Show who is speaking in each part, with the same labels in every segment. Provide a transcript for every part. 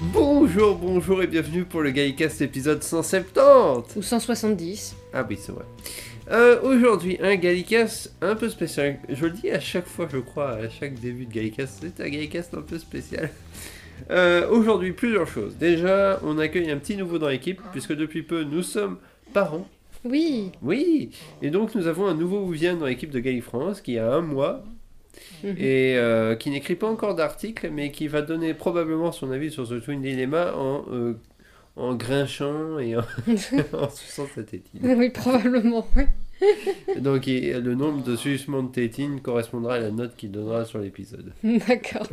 Speaker 1: Bonjour, bonjour et bienvenue pour le Gaïcast épisode 170
Speaker 2: Ou 170.
Speaker 1: Ah oui, c'est vrai. Euh, Aujourd'hui, un Gaïcast un peu spécial. Je le dis à chaque fois, je crois, à chaque début de Gaïcast, c'est un Gaïcast un peu spécial. Euh, Aujourd'hui, plusieurs choses. Déjà, on accueille un petit nouveau dans l'équipe, puisque depuis peu, nous sommes parents.
Speaker 2: Oui.
Speaker 1: Oui Et donc, nous avons un nouveau Ouvienne dans l'équipe de Gaïfrance, qui a un mois,
Speaker 2: Mhm.
Speaker 1: et euh, qui n'écrit pas encore d'article, mais qui va donner probablement son avis sur ce Twin Dilemma en, euh, en grinchant et en, en suçant sa tétine.
Speaker 2: oui, probablement.
Speaker 1: Donc et le nombre de sucements de tétine correspondra à la note qu'il donnera sur l'épisode.
Speaker 2: D'accord.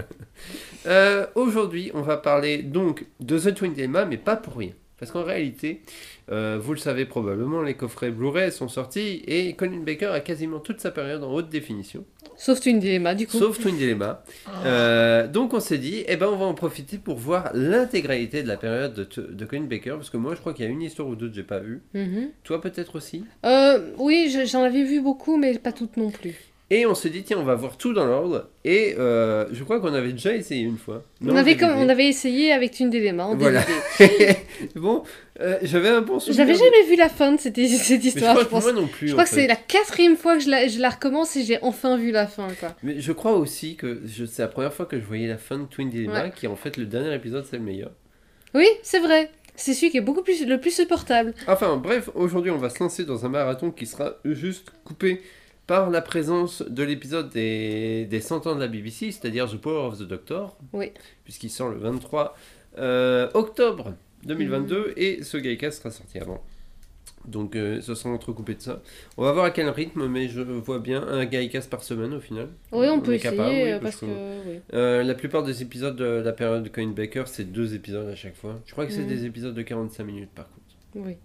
Speaker 1: Euh, Aujourd'hui, on va parler donc de The Twin Dilemma, mais pas pour rien. Parce qu'en réalité, euh, vous le savez probablement, les coffrets Blu-ray sont sortis et Colin Baker a quasiment toute sa période en haute définition.
Speaker 2: Sauf une dilemma, du coup.
Speaker 1: Sauf Twin Dilemma. Euh, donc on s'est dit, eh ben on va en profiter pour voir l'intégralité de la période de, t- de Colin Baker, parce que moi je crois qu'il y a une histoire ou deux que j'ai pas vue.
Speaker 2: Mhm.
Speaker 1: Toi peut-être aussi.
Speaker 2: Euh, oui, je- j'en avais vu beaucoup, mais pas toutes non plus.
Speaker 1: Et on s'est dit, tiens, on va voir tout dans l'ordre. Et euh, je crois qu'on avait déjà essayé une fois. Non,
Speaker 2: on, avait
Speaker 1: DVD.
Speaker 2: comme, on avait essayé avec une dilemma. en
Speaker 1: Voilà.
Speaker 2: DVD.
Speaker 1: bon, euh, j'avais un bon souvenir.
Speaker 2: J'avais
Speaker 1: de-
Speaker 2: jamais vu la fin de cette, cette
Speaker 1: Mais je
Speaker 2: histoire,
Speaker 1: crois
Speaker 2: je,
Speaker 1: que
Speaker 2: pense.
Speaker 1: moi non plus.
Speaker 2: Je
Speaker 1: en
Speaker 2: crois que
Speaker 1: fait.
Speaker 2: c'est la quatrième fois que je la, je la recommence et j'ai enfin vu la fin, quoi.
Speaker 1: Mais je crois aussi que je- c'est la première fois que je voyais la fin de Twin Dilemma, qui en fait le dernier épisode c'est le meilleur.
Speaker 2: Oui, c'est vrai. C'est celui qui est beaucoup plus le plus supportable.
Speaker 1: Enfin bref, aujourd'hui on va se lancer dans un marathon qui sera juste coupé par la présence de l'épisode des, des 100 ans de la BBC, c'est-à-dire The Power of the Doctor,
Speaker 2: Oui.
Speaker 1: puisqu'il sort le 23 euh, octobre
Speaker 2: Mhm.
Speaker 1: 2022 et ce Gaïka sera sorti avant. Donc euh, ce sera entrecoupé de ça. On va voir à quel rythme, mais je vois bien un Gaïkas par semaine au final.
Speaker 2: Oui, on,
Speaker 1: On
Speaker 2: peut
Speaker 1: est
Speaker 2: essayer
Speaker 1: capable, oui,
Speaker 2: euh,
Speaker 1: parce
Speaker 2: parce que. oui.
Speaker 1: Euh, la plupart des épisodes de la période de Coin Baker, c'est deux épisodes à chaque fois. Je crois que c'est
Speaker 2: Mhm.
Speaker 1: des épisodes de 45 minutes par contre.
Speaker 2: oui.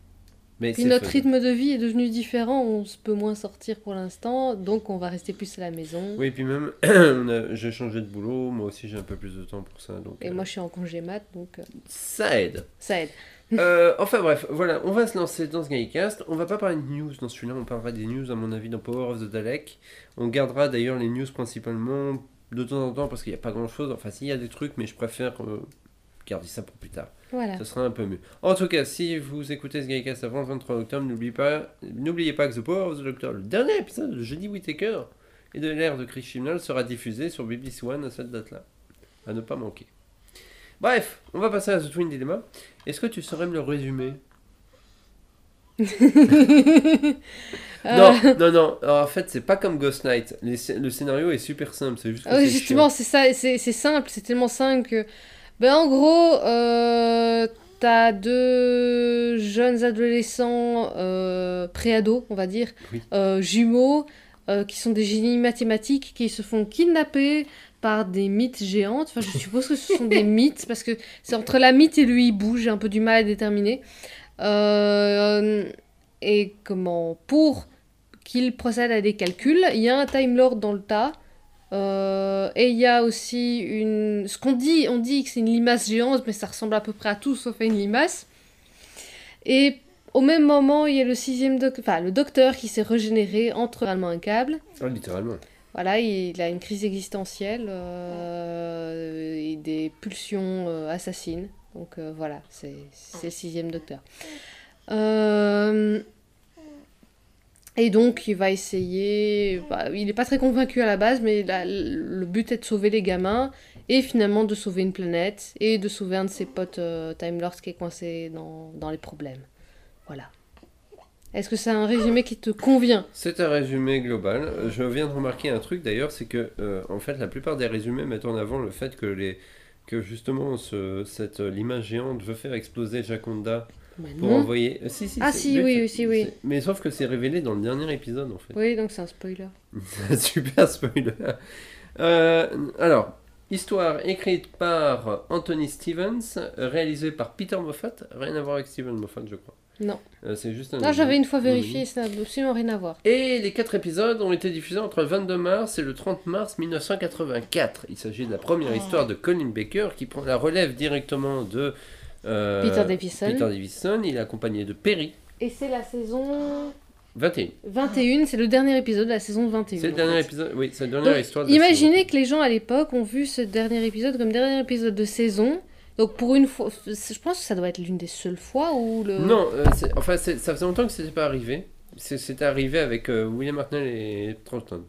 Speaker 1: Mais
Speaker 2: Puis
Speaker 1: c'est
Speaker 2: notre
Speaker 1: faisable.
Speaker 2: rythme de vie est devenu différent, on se peut moins sortir pour l'instant, donc on va rester plus à la maison.
Speaker 1: Oui, puis même, on a- j'ai changé de boulot, moi aussi j'ai un peu plus de temps pour ça, donc
Speaker 2: Et
Speaker 1: euh,
Speaker 2: moi je suis en congé mat, donc euh,
Speaker 1: ça aide.
Speaker 2: ça aide.
Speaker 1: Euh, enfin bref, voilà, on va se lancer dans ce Gaïcast. On va pas parler de news dans celui-là, on parlera des news à mon avis dans Power of the Dalek. On gardera d'ailleurs les news principalement de temps en temps parce qu'il n'y a pas grand-chose. Enfin, s'il y a des trucs, mais je préfère euh, garder ça pour plus tard.
Speaker 2: Voilà.
Speaker 1: Ça sera un peu mieux. En tout cas, si vous écoutez ce Gaïcast avant le 23 octobre, n'oubliez pas, n'oubliez pas que The Power of the Doctor, le dernier épisode de Jeudi Whittaker et de l'ère de Chris Chimnall sera diffusé sur BBC One à cette date-là. À ne pas manquer. Bref, on va passer à The Twin Dilemma. Est-ce que tu saurais me le résumer
Speaker 2: Euh,
Speaker 1: Non, non, non. Alors, en fait, c'est pas comme Ghost Night. Les sc- le scénario est super simple. C'est juste que
Speaker 2: ah oui,
Speaker 1: c'est
Speaker 2: justement, c'est ça, c'est c'est simple, c'est tellement simple que. Ben, en gros, euh, t'as deux jeunes adolescents euh, pré-ados, on va dire,
Speaker 1: Oui.
Speaker 2: euh, jumeaux, euh, qui sont des génies mathématiques, qui se font kidnapper par des mythes géantes. Enfin, je suppose que ce sont des mythes, parce que c'est entre la mythe et le hibou, j'ai un peu du mal à déterminer. Euh, et comment Pour qu'il procède à des calculs, il y a un Time Lord dans le tas. Euh, et il y a aussi une. Ce qu'on dit, on dit que c'est une limace géante, mais ça ressemble à peu près à tout sauf à une limace. Et au même moment, il y a le sixième doc- enfin, le docteur qui s'est régénéré entre vraiment un câble.
Speaker 1: chiant. Ah, littéralement.
Speaker 2: Voilà, il a une crise existentielle euh, et des pulsions euh, assassines. Donc euh, voilà, c'est c'est le sixième docteur. Euh, et donc il va essayer. bah, il n'est pas très convaincu à la base, mais la- le but est de sauver les gamins et finalement de sauver une planète et de sauver un de ses potes euh, Time Lords qui est coincé dans, dans les problèmes. Voilà. Est-ce que c'est un résumé qui te convient
Speaker 1: C'est un résumé global. Euh, Je viens de remarquer un truc d'ailleurs, c'est que euh, en fait la plupart des résumés mettent en avant le fait que les que justement ce, cette euh, l'image géante veut faire exploser Jaconda
Speaker 2: Bah,
Speaker 1: pour
Speaker 2: non.
Speaker 1: envoyer. Euh, Si si.
Speaker 2: Ah,
Speaker 1: c'est-
Speaker 2: si, oui, oui, si, oui.
Speaker 1: c'est- Mais sauf que c'est révélé dans le dernier épisode en fait.
Speaker 2: Oui, donc c'est un spoiler.
Speaker 1: Super spoiler. Euh, alors. Histoire écrite par Anthony Stevens, réalisée par Peter Moffat, rien à voir avec Steven Moffat, je crois.
Speaker 2: Non.
Speaker 1: Euh, c'est juste un.
Speaker 2: Non, j'avais une fois
Speaker 1: Oui, oui.
Speaker 2: vérifié, ça n'a absolument rien à voir.
Speaker 1: Et les quatre épisodes ont été diffusés entre le 22 mars et le 30 mars 1984. Il s'agit de la première
Speaker 2: Ah.
Speaker 1: histoire de Colin Baker qui prend la relève directement de euh,
Speaker 2: Peter Davison.
Speaker 1: Peter Davison. Il est accompagné de Perry,
Speaker 2: Et c'est la saison
Speaker 1: 21.
Speaker 2: 21, c'est le dernier épisode de la saison 21.
Speaker 1: C'est le
Speaker 2: en
Speaker 1: dernier
Speaker 2: fait.
Speaker 1: épisode. Oui, c'est la dernière
Speaker 2: Donc,
Speaker 1: histoire. de la
Speaker 2: Imaginez que les gens à l'époque ont vu ce dernier épisode comme dernier épisode de saison Donc pour une fois, je pense que ça doit être l'une des seules fois où le.
Speaker 1: Non, euh, c'est- enfin, c'est- ça faisait longtemps que c'était pas arrivé. C'est- C'était arrivé avec euh, William Hartnell et Trenton.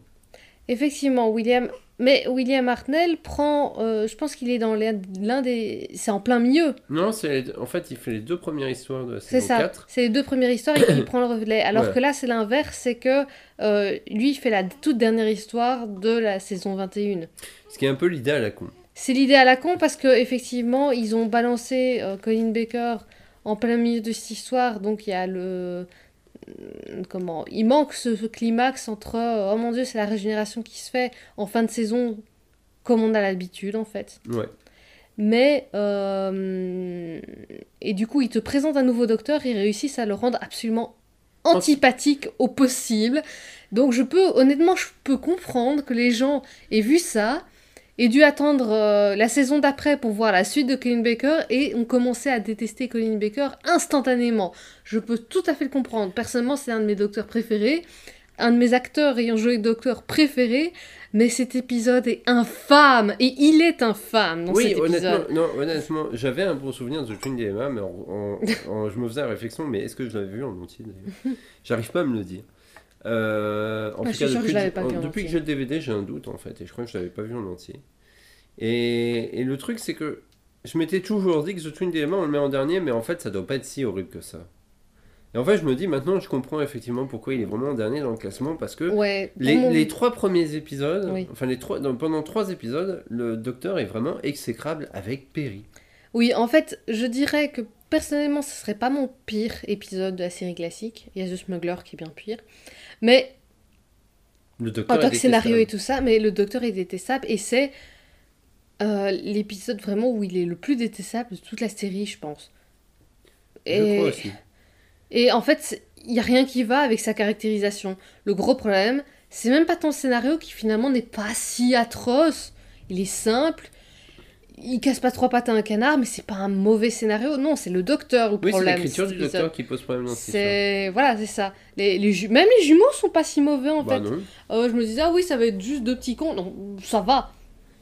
Speaker 2: Effectivement, William. Mais William Hartnell prend. euh, je pense qu'il est dans l'un l'un des. C'est en plein milieu.
Speaker 1: Non, c'est les- en fait, il fait les deux premières histoires de la
Speaker 2: C'est
Speaker 1: saison
Speaker 2: ça.
Speaker 1: 4.
Speaker 2: C'est les deux premières histoires et qu'il prend le relais. Alors
Speaker 1: Ouais.
Speaker 2: que là, c'est l'inverse. C'est que euh, lui, il fait la toute dernière histoire de la saison 21.
Speaker 1: Ce qui est un peu l'idée à la con.
Speaker 2: C'est l'idée à la con parce que effectivement ils ont balancé euh, Colin Baker en plein milieu de cette histoire, donc il y a le euh, comment il manque ce, ce climax entre euh, oh mon dieu c'est la régénération qui se fait en fin de saison comme on a l'habitude en fait.
Speaker 1: Ouais.
Speaker 2: Mais euh, et du coup ils te présentent un nouveau docteur, ils réussissent à le rendre absolument antipathique au possible. Donc je peux honnêtement je peux comprendre que les gens aient vu ça et dû attendre euh, la saison d'après pour voir la suite de Colin Baker et ont commencé à détester Colin Baker instantanément. Je peux tout à fait le comprendre. Personnellement, c'est un de mes docteurs préférés, un de mes acteurs ayant joué le docteur préféré, mais cet épisode est infâme et il est infâme dans
Speaker 1: oui,
Speaker 2: cet épisode.
Speaker 1: honnêtement, non, honnêtement, j'avais un bon souvenir de The Twin Dilemma, mais en- en- en- je me faisais la réflexion, mais est-ce que je l'avais vu en entier d'ailleurs J'arrive pas à me le dire. Euh, en
Speaker 2: Bah, je
Speaker 1: tout
Speaker 2: suis
Speaker 1: cas,
Speaker 2: sûre que
Speaker 1: depuis,
Speaker 2: je l'avais pas
Speaker 1: en-
Speaker 2: vu en
Speaker 1: depuis que
Speaker 2: entier.
Speaker 1: j'ai le DVD, j'ai un doute en fait, et je crois que je l'avais pas vu en entier. Et, et le truc, c'est que je m'étais toujours dit que The Twin Dilemma, on le met en dernier, mais en fait, ça doit pas être si horrible que ça. Et en fait, je me dis maintenant, je comprends effectivement pourquoi il est vraiment en dernier dans le classement, parce que
Speaker 2: Ouais, pour
Speaker 1: euh, les,
Speaker 2: mon-
Speaker 1: les trois premiers épisodes,
Speaker 2: Oui.
Speaker 1: enfin les trois, non, pendant trois épisodes, le docteur est vraiment exécrable avec Perry.
Speaker 2: Oui, en fait, je dirais que personnellement, ce serait pas mon pire épisode de la série classique. Il y a The Smuggler qui est bien pire. Mais
Speaker 1: Le docteur
Speaker 2: en tant
Speaker 1: est
Speaker 2: que scénario et
Speaker 1: détestable.
Speaker 2: tout ça, mais le docteur est détestable et c'est euh, l'épisode vraiment où il est le plus détestable de toute la série, je pense.
Speaker 1: Je
Speaker 2: Et,
Speaker 1: crois aussi.
Speaker 2: et en fait, c'est- il n'y a rien qui va avec sa caractérisation. Le gros problème, c'est même pas ton scénario qui finalement n'est pas si atroce. Il est simple. Il casse pas trois pattes à un canard, mais c'est pas un mauvais scénario. Non, c'est le docteur le
Speaker 1: Oui, c'est
Speaker 2: problème.
Speaker 1: l'écriture
Speaker 2: de
Speaker 1: du
Speaker 2: cet épisode.
Speaker 1: docteur qui pose problème dans cette histoire.
Speaker 2: C'est voilà, c'est ça. Les, les ju- même les jumeaux sont pas si mauvais en
Speaker 1: Bah
Speaker 2: fait.
Speaker 1: non.
Speaker 2: Euh, je me disais, ah oui, ça va être juste deux petits cons. Non, ça va.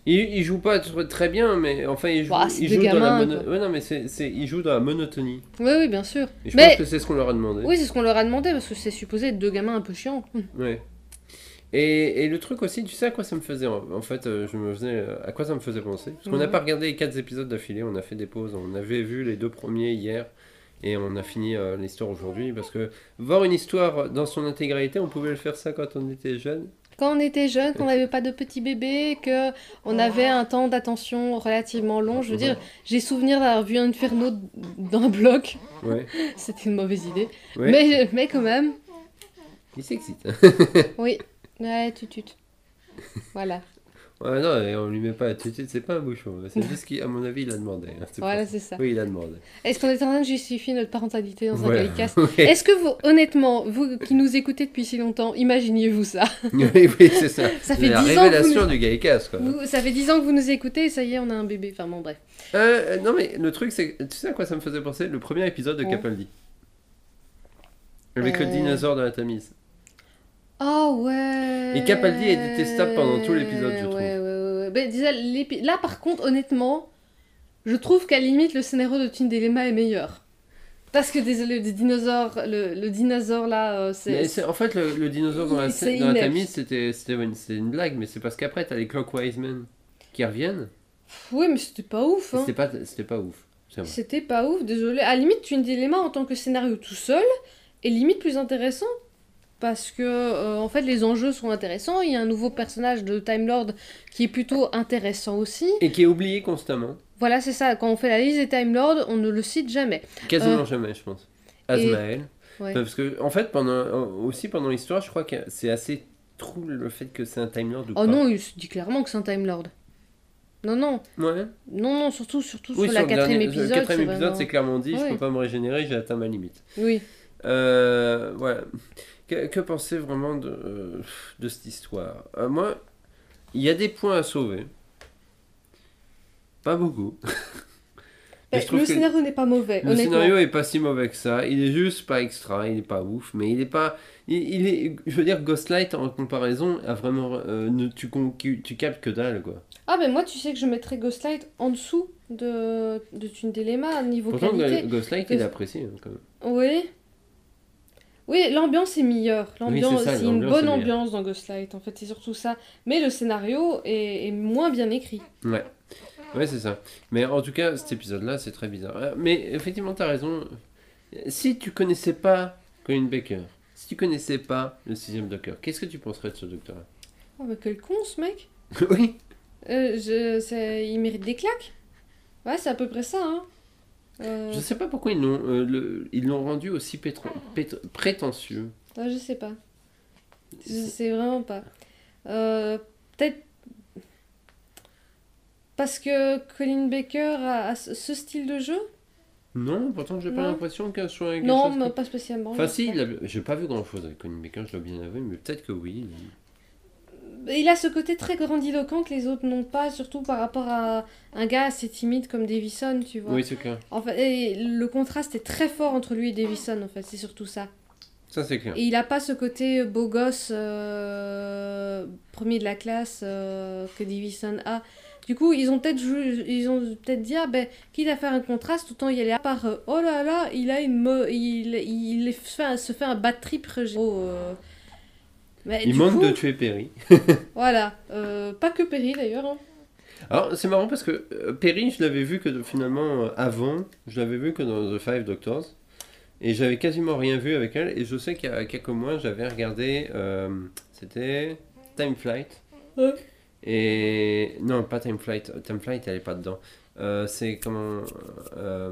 Speaker 1: Il, il joue pas tr- très bien, mais enfin il joue,
Speaker 2: Bah, c'est
Speaker 1: il
Speaker 2: des
Speaker 1: joue dans la
Speaker 2: gamins,
Speaker 1: mono- Ouais, non, mais c'est, c'est- il joue dans la monotonie.
Speaker 2: Oui, oui, bien sûr.
Speaker 1: Et je
Speaker 2: Mais-
Speaker 1: pense que c'est ce qu'on leur a demandé.
Speaker 2: Oui, c'est ce qu'on leur a demandé parce que c'est supposé être deux gamins un peu chiants.
Speaker 1: Ouais. Et, et le truc aussi, tu sais à quoi ça me faisait en, en fait, euh, je me faisais, euh, à quoi ça me faisait penser Parce qu'on n'a
Speaker 2: Mhm.
Speaker 1: pas regardé les quatre épisodes d'affilée, on a fait des pauses, on avait vu les deux premiers hier et on a fini euh, l'histoire aujourd'hui parce que voir une histoire dans son intégralité, on pouvait le faire ça quand on était jeune.
Speaker 2: Quand on était jeune, qu'on n'avait pas de petits bébés, que on avait un temps d'attention relativement long, je veux dire, j'ai souvenir d'avoir vu Inferno d'un bloc.
Speaker 1: Ouais.
Speaker 2: C'était une mauvaise idée.
Speaker 1: ouais.
Speaker 2: Mais, mais quand même,
Speaker 1: Il s'excite.
Speaker 2: oui. Ouais, tutut. Voilà,
Speaker 1: ouais, non, et on lui met pas la tutute, c'est pas un bouchon. C'est juste qu'à mon avis, il a demandé. hein, c'est pour
Speaker 2: voilà,
Speaker 1: ça.
Speaker 2: c'est ça.
Speaker 1: Oui, il a demandé.
Speaker 2: Est-ce qu'on est en train de justifier notre parentalité dans un
Speaker 1: Voilà.
Speaker 2: podcast
Speaker 1: Ouais.
Speaker 2: Est-ce que vous, honnêtement, vous qui nous écoutez depuis si longtemps, imaginiez-vous ça
Speaker 1: oui, oui, c'est ça. C'est
Speaker 2: Ça fait
Speaker 1: la
Speaker 2: 10 ans que vous
Speaker 1: révélation
Speaker 2: nous-
Speaker 1: du Gaïkas, quoi.
Speaker 2: Vous- ça fait 10 ans que vous nous écoutez, et ça y est, on a un bébé. Enfin bon, bref.
Speaker 1: Euh, euh, non mais le truc c'est que- tu sais à quoi ça me faisait penser le premier épisode de
Speaker 2: Ouais.
Speaker 1: Capaldi avec
Speaker 2: Euh.
Speaker 1: le dinosaure dans la Tamise
Speaker 2: Oh ouais
Speaker 1: Et Capaldi est détestable pendant tout l'épisode, je trouve.
Speaker 2: Ouais, ouais, ouais. ouais. Ben, déjà, l'épi- Là, par contre, honnêtement, je trouve qu'à la limite, le scénario de Twin Dilemma est meilleur. Parce que, désolé, le dinosaure, le, le dinosaure là, euh,
Speaker 1: Mais
Speaker 2: c'est...
Speaker 1: c'est- en fait le, le dinosaure dans la,
Speaker 2: Il- c'est
Speaker 1: dans la
Speaker 2: inepte.
Speaker 1: Tamise c'était c'était une, c'était une blague mais c'est parce qu'après t'as les Clockwise Men qui reviennent
Speaker 2: Oui, mais c'était pas ouf,
Speaker 1: Et
Speaker 2: hein.
Speaker 1: c'était pas c'était pas ouf c'est vrai.
Speaker 2: C'était pas ouf, désolé. À la limite, Twin Dilemma en tant que scénario tout seul est limite plus intéressant. Parce que, euh, en fait, les enjeux sont intéressants. Il y a un nouveau personnage de Time Lord qui est plutôt intéressant aussi.
Speaker 1: et qui est oublié constamment
Speaker 2: Voilà, c'est ça. Quand on fait la liste des Time Lords, on ne le cite jamais.
Speaker 1: quasiment
Speaker 2: Euh.
Speaker 1: jamais je pense
Speaker 2: Et-
Speaker 1: Asmael
Speaker 2: Ouais.
Speaker 1: parce que en fait pendant aussi pendant l'histoire je crois que c'est assez trouble le fait que c'est un Time Lord ou
Speaker 2: Oh
Speaker 1: pas
Speaker 2: non, il se dit clairement que c'est un Time Lord. Non, non.
Speaker 1: ouais
Speaker 2: Non, non, surtout, surtout
Speaker 1: oui
Speaker 2: sur
Speaker 1: sur
Speaker 2: la
Speaker 1: le dernier-
Speaker 2: quatrième
Speaker 1: sur le
Speaker 2: épisode.
Speaker 1: quatrième
Speaker 2: c'est
Speaker 1: épisode c'est
Speaker 2: vraiment-
Speaker 1: clairement dit je
Speaker 2: Ouais.
Speaker 1: peux pas me régénérer j'ai atteint ma limite
Speaker 2: Oui.
Speaker 1: Euh, voilà. Que, que penser vraiment de, euh, de cette histoire Euh, Moi, il y a des points à sauver. Pas beaucoup. Mais
Speaker 2: Eh,
Speaker 1: je trouve
Speaker 2: Le
Speaker 1: que-
Speaker 2: scénario n'est pas mauvais,
Speaker 1: Le
Speaker 2: honnêtement.
Speaker 1: scénario est pas si mauvais que ça. Il est juste pas extra, il est pas ouf, mais il est pas. Il, il est, je veux dire, Ghostlight en comparaison a vraiment. euh, ne, tu, con- tu, tu captes que dalle quoi.
Speaker 2: Ah, mais moi, tu sais que je mettrais Ghostlight en dessous de, de Tundelema, niveau
Speaker 1: Pourtant,
Speaker 2: qualité.
Speaker 1: Go- Ghostlight il est apprécié hein, quand même.
Speaker 2: Oui. Oui, l'ambiance est meilleure.
Speaker 1: Oui, c'est
Speaker 2: L'ambiance,
Speaker 1: ça,
Speaker 2: c'est une
Speaker 1: l'ambiance
Speaker 2: bonne
Speaker 1: est meilleure.
Speaker 2: ambiance dans Ghostlight, en fait, c'est surtout ça. Mais le scénario est, est moins bien écrit.
Speaker 1: Ouais, ouais c'est ça. Mais en tout cas, cet épisode-là, c'est très bizarre. Euh, Mais effectivement, t'as raison. Si tu connaissais pas Colin Baker, si tu connaissais pas le sixième Docteur, qu'est-ce que tu penserais de ce Docteur-là
Speaker 2: Oh, mais quel con, ce mec
Speaker 1: Oui.
Speaker 2: Euh, je, c'est- Il mérite des claques Ouais, c'est à peu près ça, hein. Euh,
Speaker 1: Je sais pas pourquoi ils l'ont, euh, le- ils l'ont rendu aussi pétro- pétr- prétentieux.
Speaker 2: ah, je sais pas. Je sais vraiment pas. Euh, Peut-être parce que Colin Baker a, a ce ce style de jeu
Speaker 1: Non, pourtant j'ai pas
Speaker 2: Non.
Speaker 1: l'impression qu'elle soit quelque
Speaker 2: Non,
Speaker 1: chose
Speaker 2: mais
Speaker 1: que-
Speaker 2: pas spécialement.
Speaker 1: Enfin
Speaker 2: je
Speaker 1: si,
Speaker 2: sais
Speaker 1: il a- j'ai pas vu grand chose avec Colin Baker, je dois bien avouer, mais peut-être que oui.
Speaker 2: pas. Il a ce côté très grandiloquent que les autres n'ont pas, surtout par rapport à un gars assez timide comme Davison, tu vois.
Speaker 1: Oui, c'est clair.
Speaker 2: En fait, et le contraste est très fort entre lui et Davison, en fait, c'est surtout ça.
Speaker 1: Ça c'est clair.
Speaker 2: Et il a pas ce côté beau gosse euh, premier de la classe euh, que Davison a. Du coup, ils ont peut-être ju- ils ont peut-être dit ah ben qu'il a fait un contraste autant y aller à part euh, oh là là il a une mo- il il est fait un- se fait un bad trip rejet- Oh, euh. Mais
Speaker 1: Il
Speaker 2: du
Speaker 1: manque
Speaker 2: coup,
Speaker 1: de tuer Perry.
Speaker 2: Voilà, Euh, pas que Perry d'ailleurs. hein.
Speaker 1: Alors c'est marrant parce que euh, Perry, je l'avais vu que finalement euh, avant, je l'avais vu que dans The Five Doctors, et j'avais quasiment rien vu avec elle. Et je sais qu'il y a quelques mois, j'avais regardé, euh, c'était Time Flight.
Speaker 2: Ouais.
Speaker 1: Et non, pas Time Flight. euh, Time Flight, elle est pas dedans. Euh, c'est comment euh,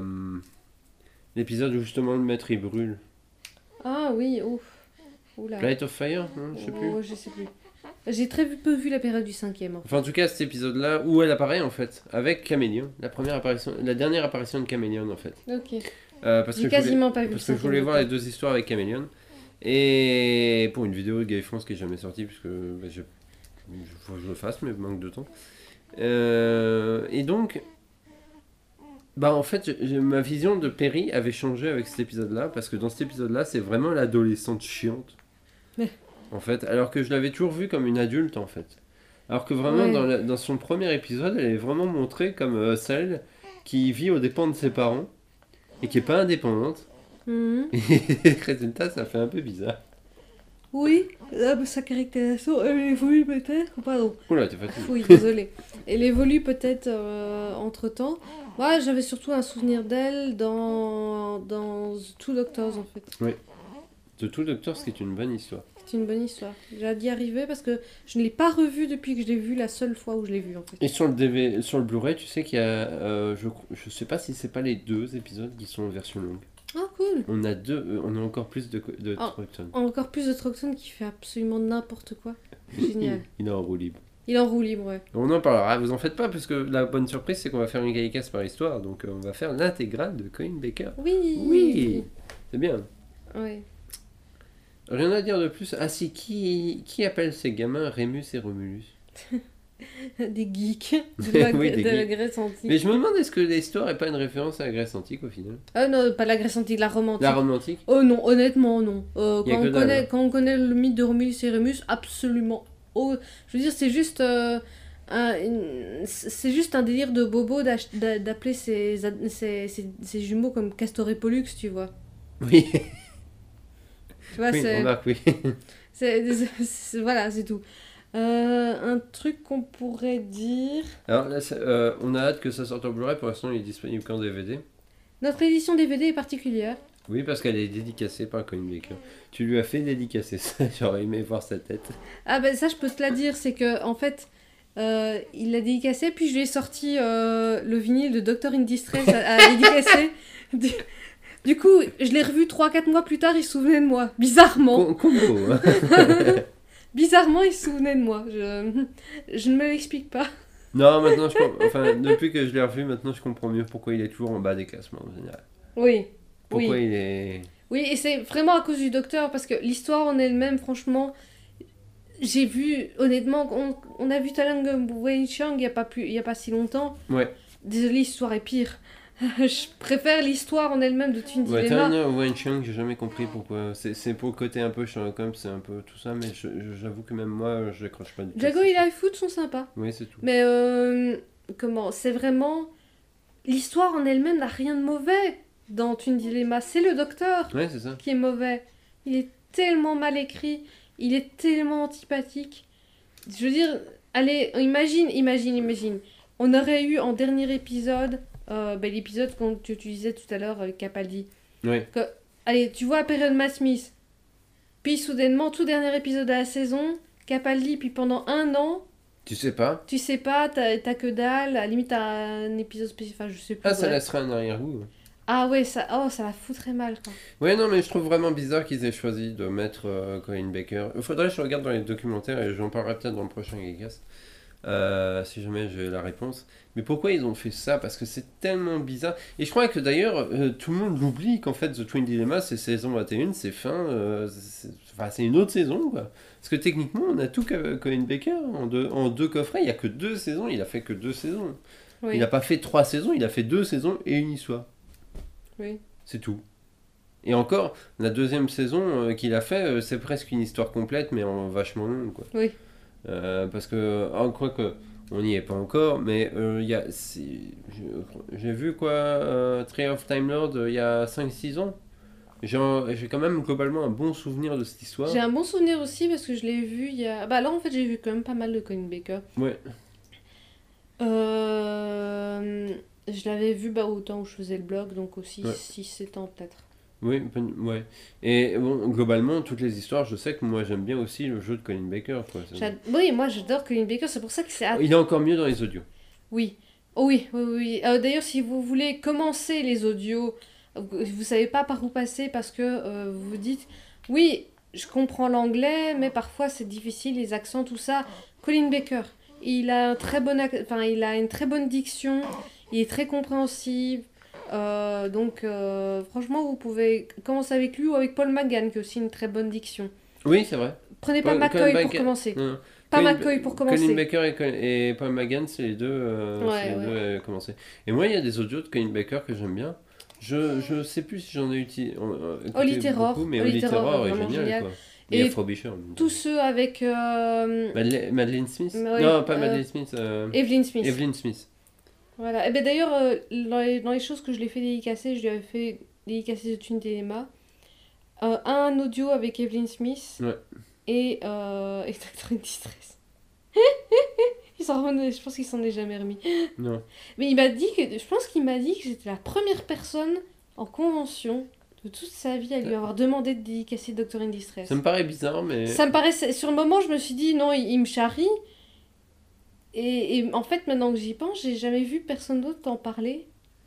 Speaker 1: l'épisode où justement le maître il brûle.
Speaker 2: Ah oui, ouf. Oula.
Speaker 1: Light of Fire, hein, je sais plus.
Speaker 2: Oh, je sais plus. J'ai très peu vu la période du cinquième. hein.
Speaker 1: Enfin, en tout cas, cet épisode-là, où elle apparaît en fait, avec Camélion, la première apparition, la dernière apparition de Camélion en fait.
Speaker 2: Ok.
Speaker 1: Euh, parce
Speaker 2: J'ai
Speaker 1: que je voulais-
Speaker 2: quasiment pas vu.
Speaker 1: Parce
Speaker 2: le
Speaker 1: que je voulais
Speaker 2: cinquième
Speaker 1: voir les deux histoires avec Camélion. Et pour une vidéo de Gay France qui est jamais sortie, puisque bah, je, il faut que je le fasse, mais manque de temps. Euh, et donc, bah en fait, je- je- ma vision de Perry avait changé avec cet épisode-là, parce que dans cet épisode-là, c'est vraiment l'adolescente chiante.
Speaker 2: Ouais.
Speaker 1: En fait, alors que je l'avais toujours vue comme une adulte, en fait. Alors que vraiment,
Speaker 2: Ouais.
Speaker 1: dans, la- dans son premier épisode, elle est vraiment montrée comme euh, celle qui vit aux dépens de ses parents, et qui est pas indépendante.
Speaker 2: Mhm.
Speaker 1: Et résultat, ça fait un peu bizarre.
Speaker 2: Oui, là, mais sa caractérisation, elle évolue peut-être, pardon.
Speaker 1: Oula, t'es fatigué.
Speaker 2: Oui, désolé. Elle évolue peut-être euh, entre-temps. Moi, j'avais surtout un souvenir d'elle dans, dans Two Doctors, en fait.
Speaker 1: De tout docteur, ce qui est une bonne histoire.
Speaker 2: C'est une bonne histoire. J'ai d'y arriver parce que je ne l'ai pas revue depuis que je l'ai vue la seule fois où je l'ai vue, en fait.
Speaker 1: Et sur le DV, sur le Blu-ray, tu sais qu'il y a, euh, je, cro- je sais pas si c'est pas les deux épisodes qui sont en version longue.
Speaker 2: Ah, cool
Speaker 1: On a deux, euh, on a encore plus de co- de
Speaker 2: Ah.
Speaker 1: Trockton.
Speaker 2: Encore plus de Troxton qui fait absolument n'importe quoi. Génial.
Speaker 1: Il est en roue libre.
Speaker 2: Il est en roue libre, ouais.
Speaker 1: On en parlera. Vous en faites pas, parce que la bonne surprise, c'est qu'on va faire une gaïcasse par histoire, donc euh, on va faire l'intégrale de Colin Baker.
Speaker 2: Oui
Speaker 1: Oui, c'est bien.
Speaker 2: Ouais.
Speaker 1: Rien à dire de plus. Ah si, qui qui appelle ces gamins Rémus et Romulus
Speaker 2: Des geeks de la,
Speaker 1: Oui, des
Speaker 2: de la
Speaker 1: geeks.
Speaker 2: Grèce antique.
Speaker 1: Mais je me demande est-ce que l'histoire est pas une référence à la Grèce antique au final
Speaker 2: Ah non, pas la Grèce antique, la Rome antique.
Speaker 1: La Rome antique
Speaker 2: Oh non, honnêtement, non. Euh,
Speaker 1: Y a
Speaker 2: quand,
Speaker 1: que
Speaker 2: on
Speaker 1: dalle,
Speaker 2: connaît,
Speaker 1: hein.
Speaker 2: quand on connaît le mythe de Romulus et Rémus, absolument. Oh, je veux dire, c'est juste. euh, un- une- c'est juste un délire de bobo d'ach- d'a- d'appeler ses, ad- ses, ses- ses jumeaux comme Castor et Pollux, tu vois.
Speaker 1: Oui,
Speaker 2: Tu vois,
Speaker 1: oui,
Speaker 2: Ah, c'est-
Speaker 1: on marque, oui.
Speaker 2: c'est. c'est- c'est- Voilà, c'est tout. Euh, un truc qu'on pourrait dire.
Speaker 1: Alors là, c'est- euh, on a hâte que ça sorte en Blu-ray. Pour l'instant, il est disponible qu'en DVD.
Speaker 2: Notre édition DVD est particulière.
Speaker 1: Oui, parce qu'elle est dédicacée par Colin Baker. Tu lui as fait dédicacer ça. J'aurais aimé voir sa tête.
Speaker 2: Ah ben ça je peux te la dire, c'est que en fait euh, il l'a dédicacé, puis je lui ai sorti euh, le vinyle de Doctor in Distress à, à dédicacer. Du, du coup, je l'ai revu 3-4 mois plus tard, il se souvenait de moi. Bizarrement.
Speaker 1: Com- combo, hein.
Speaker 2: Bizarrement, il se souvenait de moi. Je, je ne me l'explique pas.
Speaker 1: Non, maintenant, je comprends. Enfin, depuis que je l'ai revu, maintenant, je comprends mieux pourquoi il est toujours en bas des classements en général.
Speaker 2: Oui.
Speaker 1: Pourquoi
Speaker 2: oui.
Speaker 1: il est.
Speaker 2: Oui, et c'est vraiment à cause du docteur, parce que l'histoire en elle-même, franchement, j'ai vu, honnêtement, on, on a vu Talang Wei Chang il n'y a, pas plus- il y a pas si longtemps.
Speaker 1: Ouais.
Speaker 2: Désolée, l'histoire est pire. je préfère l'histoire en elle-même de Twin
Speaker 1: Ouais,
Speaker 2: Dilemma.
Speaker 1: Turner ou Wang Chung, j'ai jamais compris pourquoi. C'est c'est pour le côté un peu Sherlock Holmes, c'est un peu tout ça, mais je- je- j'avoue que même moi, je n'accroche pas du tout.
Speaker 2: Jago et Lightfoot sont sympas.
Speaker 1: Oui, c'est tout.
Speaker 2: Mais euh, comment C'est vraiment. L'histoire en elle-même n'a rien de mauvais dans Twin Dilemma. C'est le docteur
Speaker 1: Ouais, c'est ça.
Speaker 2: qui est mauvais. Il est tellement mal écrit. Il est tellement antipathique. Je veux dire, allez, imagine, imagine, imagine. On aurait eu en dernier épisode, euh, ben, l'épisode qu'on- que tu disais tout à l'heure avec Capaldi.
Speaker 1: Ouais.
Speaker 2: Allez, tu vois la période Matt Smith. Puis soudainement, tout dernier épisode de la saison, Capaldi, puis pendant un an,
Speaker 1: Tu sais pas
Speaker 2: tu sais pas, t'as t'as que dalle, à la limite t'as un épisode spécifique, enfin je sais plus.
Speaker 1: Ah, ça
Speaker 2: ouais.
Speaker 1: laissera un arrière-goût.
Speaker 2: Ah ouais, ça, oh, ça la foutrait mal quoi.
Speaker 1: Ouais, non, mais je trouve vraiment bizarre qu'ils aient choisi de mettre euh, Colin Baker. Il faudrait que je regarde dans les documentaires et j'en parlerai peut-être dans le prochain Geekcast. euh, si jamais j'ai la réponse. Mais pourquoi ils ont fait ça Parce que c'est tellement bizarre. Et je crois que d'ailleurs, euh, tout le monde l'oublie qu'en fait, The Twin Dilemma, c'est saison 21, c'est fin. euh, c'est enfin, c'est une autre saison, quoi. Parce que techniquement, on a tout que- Colin Baker en deux, en deux coffrets. Il n'y a que deux saisons. Il a fait que deux saisons.
Speaker 2: Oui.
Speaker 1: Il n'a pas fait trois saisons, il a fait deux saisons et une histoire.
Speaker 2: Oui.
Speaker 1: C'est tout. Et encore, la deuxième saison euh, qu'il a fait, euh, c'est presque une histoire complète, mais en vachement longue, quoi.
Speaker 2: Oui.
Speaker 1: Euh, parce que, ah, quoi que, on n'y est pas encore, mais euh, il y a, si- je- j'ai vu quoi, euh, Tree of Time Lord, euh, il y a 5-6 ans. J'ai un- j'ai quand même globalement un bon souvenir de cette histoire.
Speaker 2: J'ai un bon souvenir aussi parce que je l'ai vu il y a. Bah là en fait j'ai vu quand même pas mal de Colin Baker.
Speaker 1: Ouais.
Speaker 2: Euh, Je l'avais vu bah, au temps où je faisais le blog, donc aussi
Speaker 1: Ouais.
Speaker 2: 6-7 ans peut-être.
Speaker 1: Oui, pen- ouais. Et bon, globalement, toutes les histoires, je sais que moi j'aime bien aussi le jeu de Colin Baker, quoi. C'est-
Speaker 2: J'ad- Oui, moi j'adore Colin Baker, c'est pour ça que c'est à
Speaker 1: Il est encore mieux dans les audios.
Speaker 2: Oui, Oh oui, oui, oui. Euh, D'ailleurs, si vous voulez commencer les audios, vous vous savez pas par où passer parce que euh, vous vous dites, oui, je comprends l'anglais, mais parfois c'est difficile, les accents, tout ça. Colin Baker, il a un très bon, ac- enfin, il a une très bonne diction, il est très compréhensible. Euh, donc, euh, franchement, vous pouvez commencer avec lui ou avec Paul McGann, qui a aussi une très bonne diction.
Speaker 1: Oui, c'est vrai.
Speaker 2: Prenez pas
Speaker 1: Paul-
Speaker 2: McCoy
Speaker 1: Colin
Speaker 2: pour
Speaker 1: Baker-
Speaker 2: commencer.
Speaker 1: Non, non.
Speaker 2: Pas
Speaker 1: Colin-
Speaker 2: McCoy pour
Speaker 1: Colin
Speaker 2: commencer.
Speaker 1: Baker et, Col- et Paul McGann, c'est les deux, euh,
Speaker 2: Ouais,
Speaker 1: c'est les
Speaker 2: ouais.
Speaker 1: deux, euh, commencés. Et moi, il y a des audios de Colin Baker que j'aime bien. Je, je sais plus si j'en ai utilisé.
Speaker 2: Holly Terror.
Speaker 1: Beaucoup, mais
Speaker 2: Holly
Speaker 1: Holly
Speaker 2: Terror
Speaker 1: Terror
Speaker 2: est
Speaker 1: est
Speaker 2: vraiment
Speaker 1: génial.
Speaker 2: génial.
Speaker 1: Quoi.
Speaker 2: Et
Speaker 1: Et, Afro Bichon, en même temps.
Speaker 2: Tous ceux avec euh,
Speaker 1: Madele- Madeleine Smith
Speaker 2: Mais oui,
Speaker 1: Non, pas
Speaker 2: euh,
Speaker 1: Madeleine Smith. euh,
Speaker 2: Evelyn Smith.
Speaker 1: Evelyn Smith.
Speaker 2: Voilà. Et ben d'ailleurs, euh, dans, les, dans les choses que je l'ai fait dédicacer, je lui avais fait dédicacer The Twin Dilemma. Euh, un audio avec Evelyn Smith.
Speaker 1: Ouais.
Speaker 2: Et, euh, et Doctor in Distress. Il s'en remet- je pense qu'il s'en est jamais remis.
Speaker 1: Non.
Speaker 2: Mais il m'a dit que, je pense qu'il m'a dit que j'étais la première personne en convention de toute sa vie à lui avoir demandé de dédicacer Doctor in Distress.
Speaker 1: Ça me paraît bizarre, mais.
Speaker 2: Ça me paraissait. Sur le moment, je me suis dit non, il, il me charrie. Et, et en fait, maintenant que j'y pense, j'ai jamais vu personne d'autre t'en parler.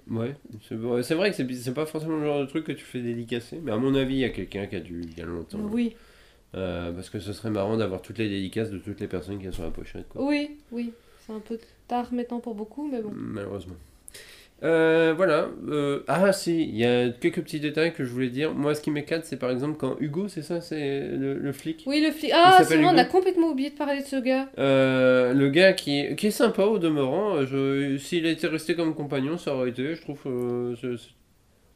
Speaker 1: Ouais. C'est vrai- c'est vrai que c'est bi- c'est pas forcément le genre de truc que tu fais dédicacer. Mais à mon avis, il y a quelqu'un qui a dû il y a longtemps.
Speaker 2: Oui,
Speaker 1: Euh, parce que ce serait marrant d'avoir toutes les dédicaces de toutes les personnes qui sont sur la pochette. Quoi. Mm,
Speaker 2: oui, oui. C'est un peu tard maintenant pour beaucoup, mais bon.
Speaker 1: Malheureusement. Euh, voilà. euh, ah si, il y a quelques petits détails que je voulais dire. Moi, ce qui m'éclate, c'est par exemple quand Hugo, c'est ça, c'est le, le flic.
Speaker 2: Oui, le flic. Ah,
Speaker 1: s'appelle
Speaker 2: c'est vrai, on
Speaker 1: Hugo.
Speaker 2: a complètement oublié de parler de ce gars.
Speaker 1: Euh, le gars qui, qui est sympa au demeurant. euh, Je, s'il était resté comme compagnon, ça aurait été, je trouve. euh, c'est- c'est-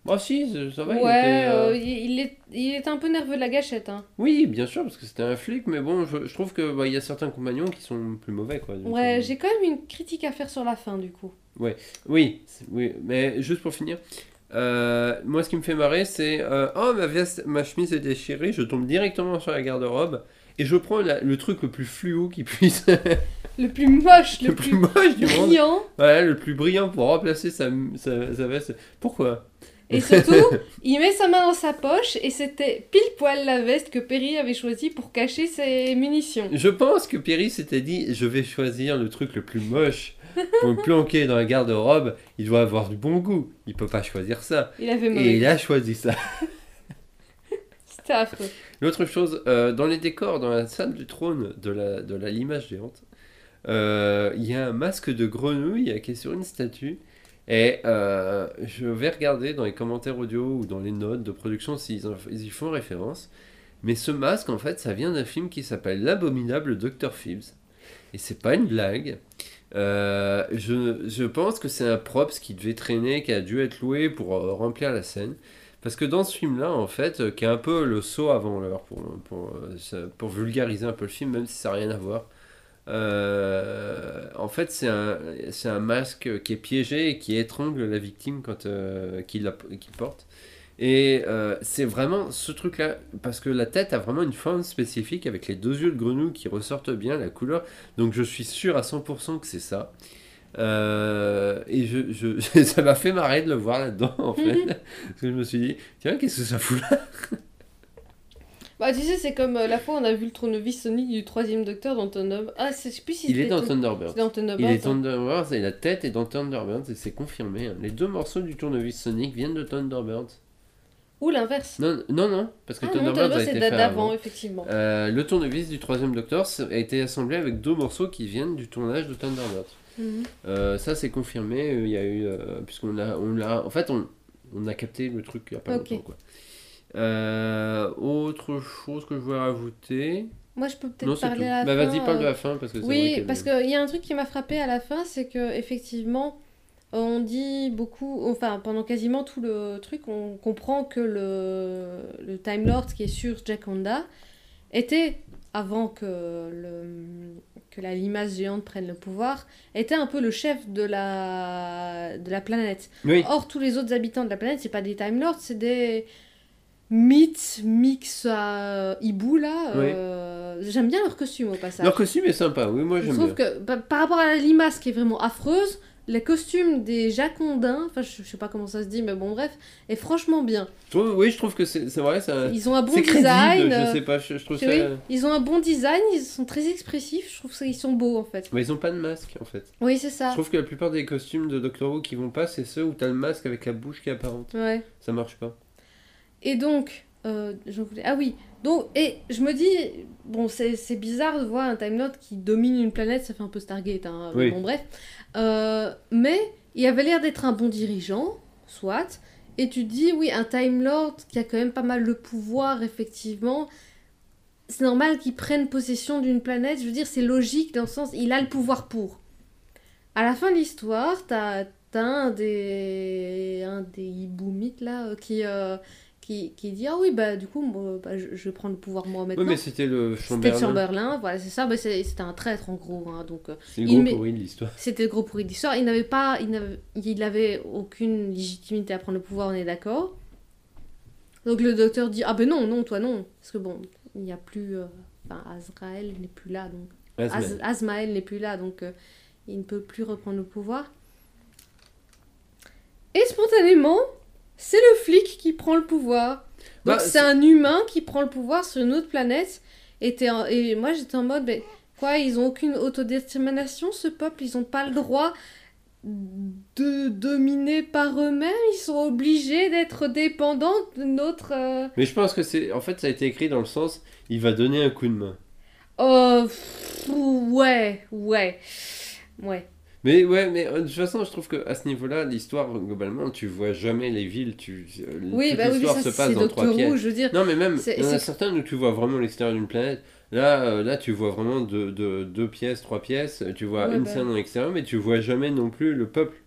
Speaker 1: Bah si, c'est- ça va. il
Speaker 2: ouais,
Speaker 1: était, euh,
Speaker 2: euh, il, il est, il est un peu nerveux de la gâchette. Hein.
Speaker 1: Oui, bien sûr, parce que c'était un flic, mais bon, je, je trouve que bah, il y a certains compagnons qui sont plus mauvais, quoi. donc,
Speaker 2: Ouais,
Speaker 1: euh,
Speaker 2: j'ai quand même une critique à faire sur la fin, du coup.
Speaker 1: Oui, c'est- oui, mais juste pour finir, euh, moi ce qui me fait marrer, c'est euh, oh ma veste, ma chemise est déchirée, je tombe directement sur la garde-robe et je prends la- le truc le plus fluo qui puisse, le,
Speaker 2: Le plus moche, le,
Speaker 1: plus,
Speaker 2: plus,
Speaker 1: moche du monde,
Speaker 2: brillant.
Speaker 1: voilà, le plus brillant pour remplacer sa, sa, sa veste. Pourquoi
Speaker 2: Et surtout, il met sa main dans sa poche et c'était pile poil la veste que Perry avait choisie pour cacher ses munitions.
Speaker 1: Je pense que Perry s'était dit, je vais choisir le truc le plus moche pour me planquer dans la garde-robe. Il doit avoir du bon goût, il peut pas choisir ça.
Speaker 2: Il avait
Speaker 1: Et
Speaker 2: mauvais.
Speaker 1: il a choisi ça.
Speaker 2: C'était affreux.
Speaker 1: L'autre chose, euh, dans les décors, dans la salle du trône de la, de la limage géante, euh, il y a un masque de grenouille qui est sur une statue. Et euh, je vais regarder dans les commentaires audio ou dans les notes de production s'ils en- ils y font référence. Mais ce masque, en fait, ça vient d'un film qui s'appelle L'abominable Dr. Phibbs. Et c'est pas une blague. Euh, je, je pense que c'est un props qui devait traîner, qui a dû être loué pour euh, remplir la scène. Parce que dans ce film-là, en fait, euh, qui est un peu le saut avant l'heure, pour, pour, euh, ça- pour vulgariser un peu le film, même si ça n'a rien à voir, euh, en fait, c'est un, c'est un masque qui est piégé et qui étrangle la victime quand euh, qu'il la- qu'il porte. Et euh, c'est vraiment ce truc-là, parce que la tête a vraiment une forme spécifique avec les deux yeux de grenouille qui ressortent bien, la couleur. Donc je suis sûr à 100% que c'est ça. Euh, et je, je- ça m'a fait marrer de le voir là-dedans, en fait. Parce que je me suis dit, tiens, qu'est-ce que ça fout là
Speaker 2: Bah, tu sais, c'est comme euh, la fois on a vu le tournevis Sonic du troisième Docteur dans Thunderbird. Ah, c'est- je sais plus si
Speaker 1: Il est
Speaker 2: c'était
Speaker 1: dans
Speaker 2: tout-
Speaker 1: Thunderbird.
Speaker 2: c'est dans
Speaker 1: Il
Speaker 2: Thunderbird.
Speaker 1: est Thunderbirds et la tête est dans Thunderbirds et c'est confirmé. hein. Les deux morceaux du tournevis Sonic viennent de Thunderbirds.
Speaker 2: Ou l'inverse.
Speaker 1: Non, non, non, parce que
Speaker 2: Ah non,
Speaker 1: Thunderbirds
Speaker 2: Thunderbird,
Speaker 1: a
Speaker 2: c'est
Speaker 1: été
Speaker 2: date
Speaker 1: fait
Speaker 2: d'avant,
Speaker 1: avant.
Speaker 2: effectivement.
Speaker 1: Euh, le tournevis du troisième Docteur a été assemblé avec deux morceaux qui viennent du tournage de Thunderbirds.
Speaker 2: Mhm.
Speaker 1: Euh, ça c'est confirmé, euh, il y a eu euh, puisqu'on a on l'a en fait on, on a capté le truc il y a pas
Speaker 2: Ok.
Speaker 1: longtemps quoi. Euh, autre chose que je voulais rajouter.
Speaker 2: Moi, je peux
Speaker 1: Non,
Speaker 2: peut-être
Speaker 1: c'est tout.
Speaker 2: parler à la
Speaker 1: Bah, vas-y,
Speaker 2: fin,
Speaker 1: parle de
Speaker 2: euh,
Speaker 1: la fin parce que c'est vrai
Speaker 2: Oui,
Speaker 1: qu'elle-
Speaker 2: parce qu'il y a un truc qui m'a frappé à la fin, c'est que effectivement, euh, on dit beaucoup, enfin pendant quasiment tout le truc, on comprend que le, le Time Lord qui est sur Jack Honda était, avant que, le, que la limace géante prenne le pouvoir, était un peu le chef de la, de la planète.
Speaker 1: Oui.
Speaker 2: Or, tous les autres habitants de la planète, c'est pas des Time Lords, c'est des mythes, mix à hibou, là.
Speaker 1: Oui.
Speaker 2: euh, J'aime bien leur costume, au passage.
Speaker 1: Leur costume est sympa. Oui, moi
Speaker 2: je
Speaker 1: j'aime
Speaker 2: trouve
Speaker 1: bien.
Speaker 2: que, pa- par rapport à la limace qui est vraiment affreuse, les costumes des Jacondins, enfin, je, je sais pas comment ça se dit, mais bon, bref, est franchement bien.
Speaker 1: Je trouve- oui, je trouve que c'est c'est vrai, ça.
Speaker 2: Ils ont un bon
Speaker 1: Euh, c'est crédible.
Speaker 2: design.
Speaker 1: je
Speaker 2: euh,
Speaker 1: sais pas, je, je trouve ça.
Speaker 2: oui, ils ont un bon design, ils sont très expressifs, je trouve ça, ils sont beaux, en fait.
Speaker 1: Mais ils ont pas de masque en fait.
Speaker 2: Oui, c'est
Speaker 1: Je
Speaker 2: ça.
Speaker 1: trouve que la plupart des costumes de Doctor Who qui vont pas, c'est ceux où t'as le masque avec la bouche qui est apparente.
Speaker 2: Ouais.
Speaker 1: Ça marche pas.
Speaker 2: Et donc, euh, je voulais... Ah oui, donc, et je me dis, bon, c'est c'est bizarre de voir un Time Lord qui domine une planète, ça fait un peu Stargate, hein,
Speaker 1: Oui.
Speaker 2: bon bref. Euh, mais il avait l'air d'être un bon dirigeant, soit, et tu te dis, oui, un Time Lord qui a quand même pas mal le pouvoir, effectivement, c'est normal qu'il prenne possession d'une planète, je veux dire, c'est logique dans le sens, il a le pouvoir pour. À la fin de l'histoire, t'as t'as un des, un des hiboux mythes, là, euh, qui... euh, qui, qui dit ah oui bah du coup moi, bah, je, je prends le pouvoir moi maintenant
Speaker 1: Oui, mais c'était le
Speaker 2: c'était
Speaker 1: Chamberlain.
Speaker 2: Chamberlain voilà c'est ça bah, c'est- c'était un traître en gros hein, donc euh,
Speaker 1: C'est le
Speaker 2: Il
Speaker 1: gros
Speaker 2: met-
Speaker 1: pourri de l'histoire.
Speaker 2: c'était le gros pourri de l'histoire il n'avait pas il n'avait il avait aucune légitimité à prendre le pouvoir on est d'accord donc le docteur dit ah ben non non toi non parce que bon il n'y a plus euh, enfin Azrael n'est plus là donc
Speaker 1: Asman.
Speaker 2: Az- Azmael n'est plus là, donc euh, il ne peut plus reprendre le pouvoir. Et spontanément, c'est le flic qui prend le pouvoir. Donc
Speaker 1: Bah,
Speaker 2: c'est
Speaker 1: c'est-
Speaker 2: un humain qui prend le pouvoir sur une autre planète. Et, t'es en- et moi j'étais en mode, mais quoi, ils ont aucune autodétermination, ce peuple, ils n'ont pas le droit de dominer par eux-mêmes, ils sont obligés d'être dépendants d'une autre... euh,
Speaker 1: Mais je pense que c'est. En fait, ça a été écrit dans le sens il va donner un coup de main.
Speaker 2: Oh, pff, ouais, ouais, ouais.
Speaker 1: Mais ouais, mais euh, de toute façon, je trouve que à ce niveau-là, l'histoire, globalement, tu vois jamais les villes. Tu... euh,
Speaker 2: Oui,
Speaker 1: toute
Speaker 2: bah oui, mais
Speaker 1: l'histoire
Speaker 2: ça
Speaker 1: se passe
Speaker 2: c'est
Speaker 1: dans trois
Speaker 2: Doctor
Speaker 1: pièces.
Speaker 2: Who, je veux dire.
Speaker 1: Non, mais même,
Speaker 2: C'est-
Speaker 1: il y en a
Speaker 2: c'est-
Speaker 1: certains où tu vois vraiment l'extérieur d'une planète. Là, euh, là, tu vois vraiment deux, deux- deux pièces, trois pièces. Tu vois
Speaker 2: Ouais,
Speaker 1: une
Speaker 2: bah.
Speaker 1: scène en extérieur, mais tu vois jamais non plus le peuple.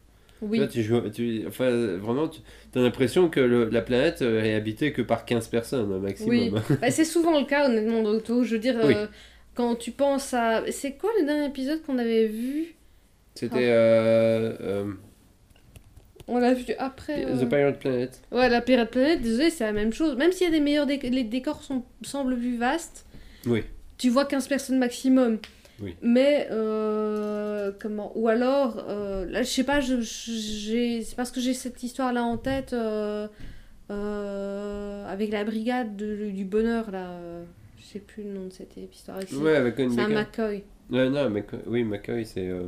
Speaker 2: Oui,
Speaker 1: Là, tu, joues- tu- enfin, vraiment, tu as l'impression que le- la planète euh, est habitée que par 15 personnes, un maximum.
Speaker 2: Bah, c'est souvent le cas honnêtement dans Doctor Who. Je veux dire,
Speaker 1: Oui.
Speaker 2: euh, quand tu penses à... C'est quoi le dernier épisode qu'on avait vu
Speaker 1: C'était
Speaker 2: Ah.
Speaker 1: euh, euh,
Speaker 2: On l'a vu après... euh,
Speaker 1: The Pirate Planet.
Speaker 2: Ouais, la Pirate Planet, désolé, c'est la même chose. Même s'il y a des meilleurs déc- les décors sont... semblent plus vastes.
Speaker 1: Oui.
Speaker 2: Tu vois 15 personnes maximum.
Speaker 1: Oui.
Speaker 2: Mais euh, comment Ou alors, euh, là, je sais pas, je, je- j'ai... c'est parce que j'ai cette histoire là en tête euh, euh, avec la brigade de- du bonheur là. euh, Je sais plus le nom de cette histoire. ici.
Speaker 1: Ouais, avec Colin
Speaker 2: C'est un
Speaker 1: Baker.
Speaker 2: McCoy.
Speaker 1: Ouais, non, Mac- oui, McCoy, c'est euh,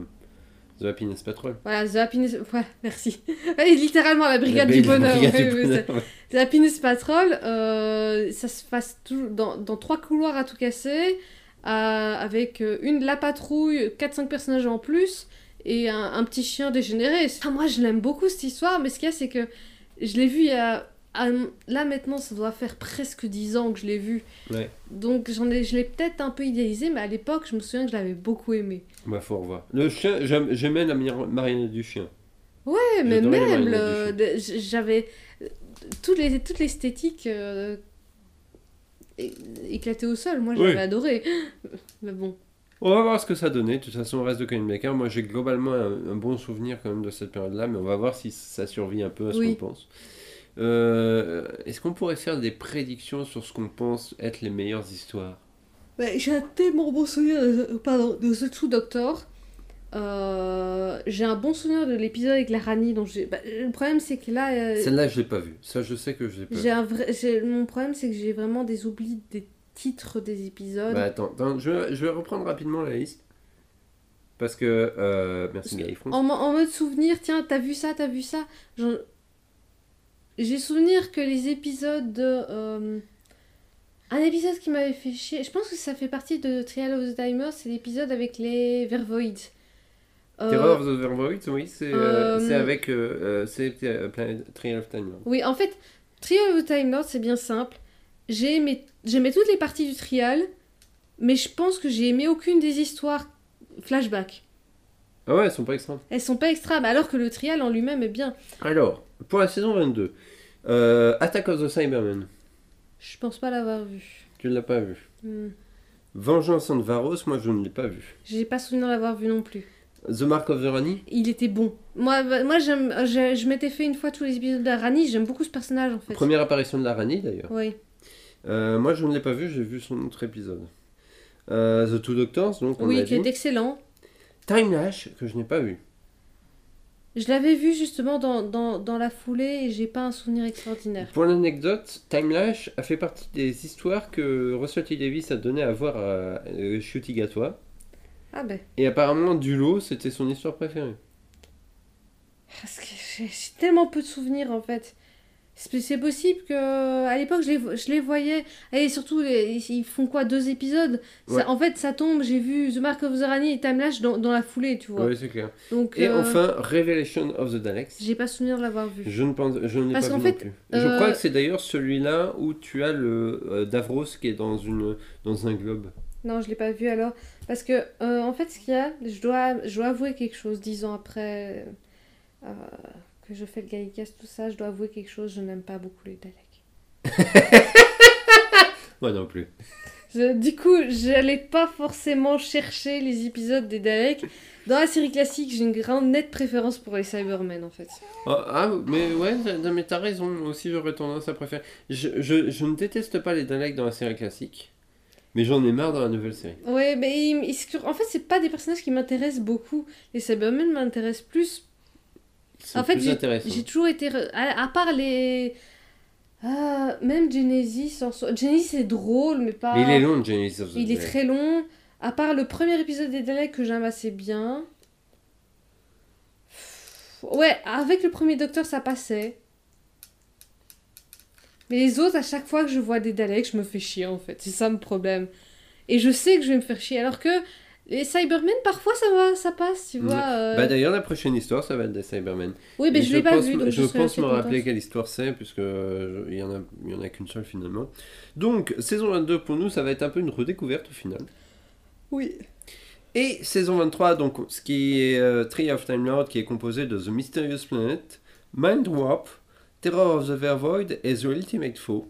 Speaker 1: The Happiness Patrol.
Speaker 2: Voilà, The Happiness... Voilà, merci. Ouais, littéralement, la brigade
Speaker 1: La
Speaker 2: du
Speaker 1: belle- la
Speaker 2: bonheur.
Speaker 1: brigade
Speaker 2: ouais,
Speaker 1: du
Speaker 2: ouais,
Speaker 1: bonheur, ouais.
Speaker 2: c'est- The Happiness Patrol, euh, ça se passe toujours dans, dans trois couloirs à tout casser, à- avec euh, une de la patrouille, 4-5 personnages en plus, et un, un petit chien dégénéré. Ah, moi, je l'aime beaucoup, cette histoire, mais ce qu'il y a, c'est que je l'ai vu il y a Ah, là maintenant, ça doit faire presque 10 ans que je l'ai vu.
Speaker 1: Ouais.
Speaker 2: Donc j'en ai, je l'ai peut-être un peu idéalisé, mais à l'époque, je me souviens que je l'avais beaucoup aimé.
Speaker 1: Bah, faut revoir. Le chien, j'aime- j'aimais la mir- marionnette du chien.
Speaker 2: Ouais, mais
Speaker 1: J'adorais les
Speaker 2: même, le-
Speaker 1: marionnettes
Speaker 2: de- j- j'avais euh, toutes les, toute l'esthétique euh, é- éclatée au sol. Moi,
Speaker 1: Oui.
Speaker 2: j'avais adoré. Mais bon,
Speaker 1: On va voir ce que ça donnait. De toute façon, on reste de Colin Baker. Moi, j'ai globalement un, un bon souvenir quand même de cette période-là, mais on va voir si ça survit un peu à ce
Speaker 2: Oui.
Speaker 1: qu'on pense. Euh, Est-ce qu'on pourrait faire des prédictions sur ce qu'on pense être les meilleures histoires
Speaker 2: Ouais, j'ai un tellement bon souvenir de, pardon, de The True Doctor. Euh, j'ai un bon souvenir de l'épisode avec la Rani. Donc j'ai- bah, le problème, c'est que là, euh,
Speaker 1: Celle-là, je l'ai pas vue. Ça, je sais que je l'ai pas vue.
Speaker 2: j'ai un vrai, j'ai- mon problème, c'est que j'ai vraiment des oublis des titres des épisodes.
Speaker 1: Bah, attends, attends, je, vais- je vais reprendre rapidement la liste. Parce que. euh, merci, Galifron.
Speaker 2: en, mo- en mode souvenir, tiens, t'as vu ça, t'as vu ça. J'en- J'ai souvenir que les épisodes de. euh, Un épisode qui m'avait fait chier, je pense que ça fait partie de Trial of the Timer, c'est l'épisode avec les Vervoids. Euh,
Speaker 1: Terror of the Vervoids, oui, c'est euh,
Speaker 2: euh,
Speaker 1: c'est avec. euh, euh, c'est euh, Planet Trail of Time.
Speaker 2: Oui, en fait, Trial of the Time Lord, c'est bien simple. J'ai aimé, j'aimais toutes les parties du trial, mais je pense que j'ai aimé aucune des histoires flashback.
Speaker 1: Ah ouais, elles sont pas excellentes.
Speaker 2: Elles sont pas extra, mais alors que le trial en lui-même est bien.
Speaker 1: Alors, pour la saison 22, euh, Attack of the Cybermen,
Speaker 2: Je pense pas l'avoir vu.
Speaker 1: tu ne l'as pas vu.
Speaker 2: Hmm.
Speaker 1: Vengeance on Varos, moi je ne l'ai pas vu.
Speaker 2: J'ai pas souvenir l'avoir vu non plus.
Speaker 1: The Mark of the Rani
Speaker 2: Il était bon. Moi, bah, moi j'aime, je, je m'étais fait une fois tous les épisodes de Rani, j'aime beaucoup ce personnage en fait.
Speaker 1: Première apparition de la Rani d'ailleurs.
Speaker 2: Oui.
Speaker 1: Euh, moi je ne l'ai pas vu, j'ai vu son autre épisode. Euh, the Two Doctors, donc on a
Speaker 2: Oui, qui
Speaker 1: dit.
Speaker 2: est excellent.
Speaker 1: Time Lash, que je n'ai pas vu.
Speaker 2: Je l'avais vu justement dans, dans, dans la foulée et j'ai pas un souvenir extraordinaire.
Speaker 1: Pour l'anecdote, Time Lash a fait partie des histoires que Russell T. Davis a donné à voir à euh, Shutigawa.
Speaker 2: Ah ben.
Speaker 1: Et apparemment, du lot, c'était son histoire préférée.
Speaker 2: Parce que j'ai j'ai tellement peu de souvenirs en fait. C'est c'est possible que à l'époque je les, vo- je les voyais et surtout les- ils font quoi deux épisodes Ça-
Speaker 1: Ouais.
Speaker 2: En fait ça tombe. J'ai vu The Mark of the Rani et Time Lash dans, dans la foulée, tu vois.
Speaker 1: Oui, c'est clair.
Speaker 2: Donc
Speaker 1: Et
Speaker 2: euh,
Speaker 1: enfin, Revelation of the Daleks.
Speaker 2: j'ai pas souvenir de l'avoir vu.
Speaker 1: Je ne pense, je ne l'ai pas
Speaker 2: Parce
Speaker 1: vu
Speaker 2: qu'en
Speaker 1: non
Speaker 2: fait,
Speaker 1: plus. Je
Speaker 2: euh,
Speaker 1: crois que c'est d'ailleurs celui-là où tu as le euh, Davros qui est dans une dans un globe.
Speaker 2: Non je l'ai pas vu alors parce que euh, en fait ce qu'il y a, je dois je dois avouer quelque chose dix ans après euh, que je fais le Gallicast tout ça, je dois avouer quelque chose. Je n'aime pas beaucoup les Daleks.
Speaker 1: Moi non plus.
Speaker 2: Je- du coup, j'allais pas forcément chercher les épisodes des Daleks. Dans la série classique, j'ai une grande nette préférence pour les Cybermen en fait.
Speaker 1: Ah, ah, mais ouais, t'as- non, mais t'as raison. Moi aussi, j'aurais tendance à préférer. Je, je, je ne déteste pas les Daleks dans la série classique, mais j'en ai marre dans la nouvelle série.
Speaker 2: Ouais, mais ils- ils se- en fait, c'est pas des personnages qui m'intéressent beaucoup. Les Cybermen m'intéressent plus.
Speaker 1: C'est
Speaker 2: En fait,
Speaker 1: plus intéressant.
Speaker 2: J'ai toujours été. re- À, à part les. Ah, même Genesis en soi- Genesis est drôle, mais pas.
Speaker 1: Mais il est long, Genesis of the
Speaker 2: Il est
Speaker 1: Daleks.
Speaker 2: très long. À part le premier épisode des Daleks que j'aime assez bien. Ouais, avec le premier Docteur, ça passait. Mais les autres, à chaque fois que je vois des Daleks, je me fais chier en fait. C'est ça mon problème. Et je sais que je vais me faire chier. Alors que les Cybermen, parfois ça va, ça passe, tu
Speaker 1: Mm.
Speaker 2: vois. euh.
Speaker 1: Bah d'ailleurs, la prochaine histoire, ça va être des Cybermen.
Speaker 2: oui, mais
Speaker 1: Et
Speaker 2: je, l'ai pas
Speaker 1: pense,
Speaker 2: vu. Donc
Speaker 1: je,
Speaker 2: je, serais
Speaker 1: pense
Speaker 2: assez
Speaker 1: me
Speaker 2: contente.
Speaker 1: rappeler quelle histoire c'est, puisque euh, je- il y en a, il y en a qu'une seule finalement. Donc, saison 22 pour nous, ça va être un peu une redécouverte au final.
Speaker 2: Oui.
Speaker 1: Et saison 23, donc, ce qui est euh, Tree of Time Lord, qui est composé de The Mysterious Planet, Mind Warp, Terror of the Vervoid et The Ultimate Foe.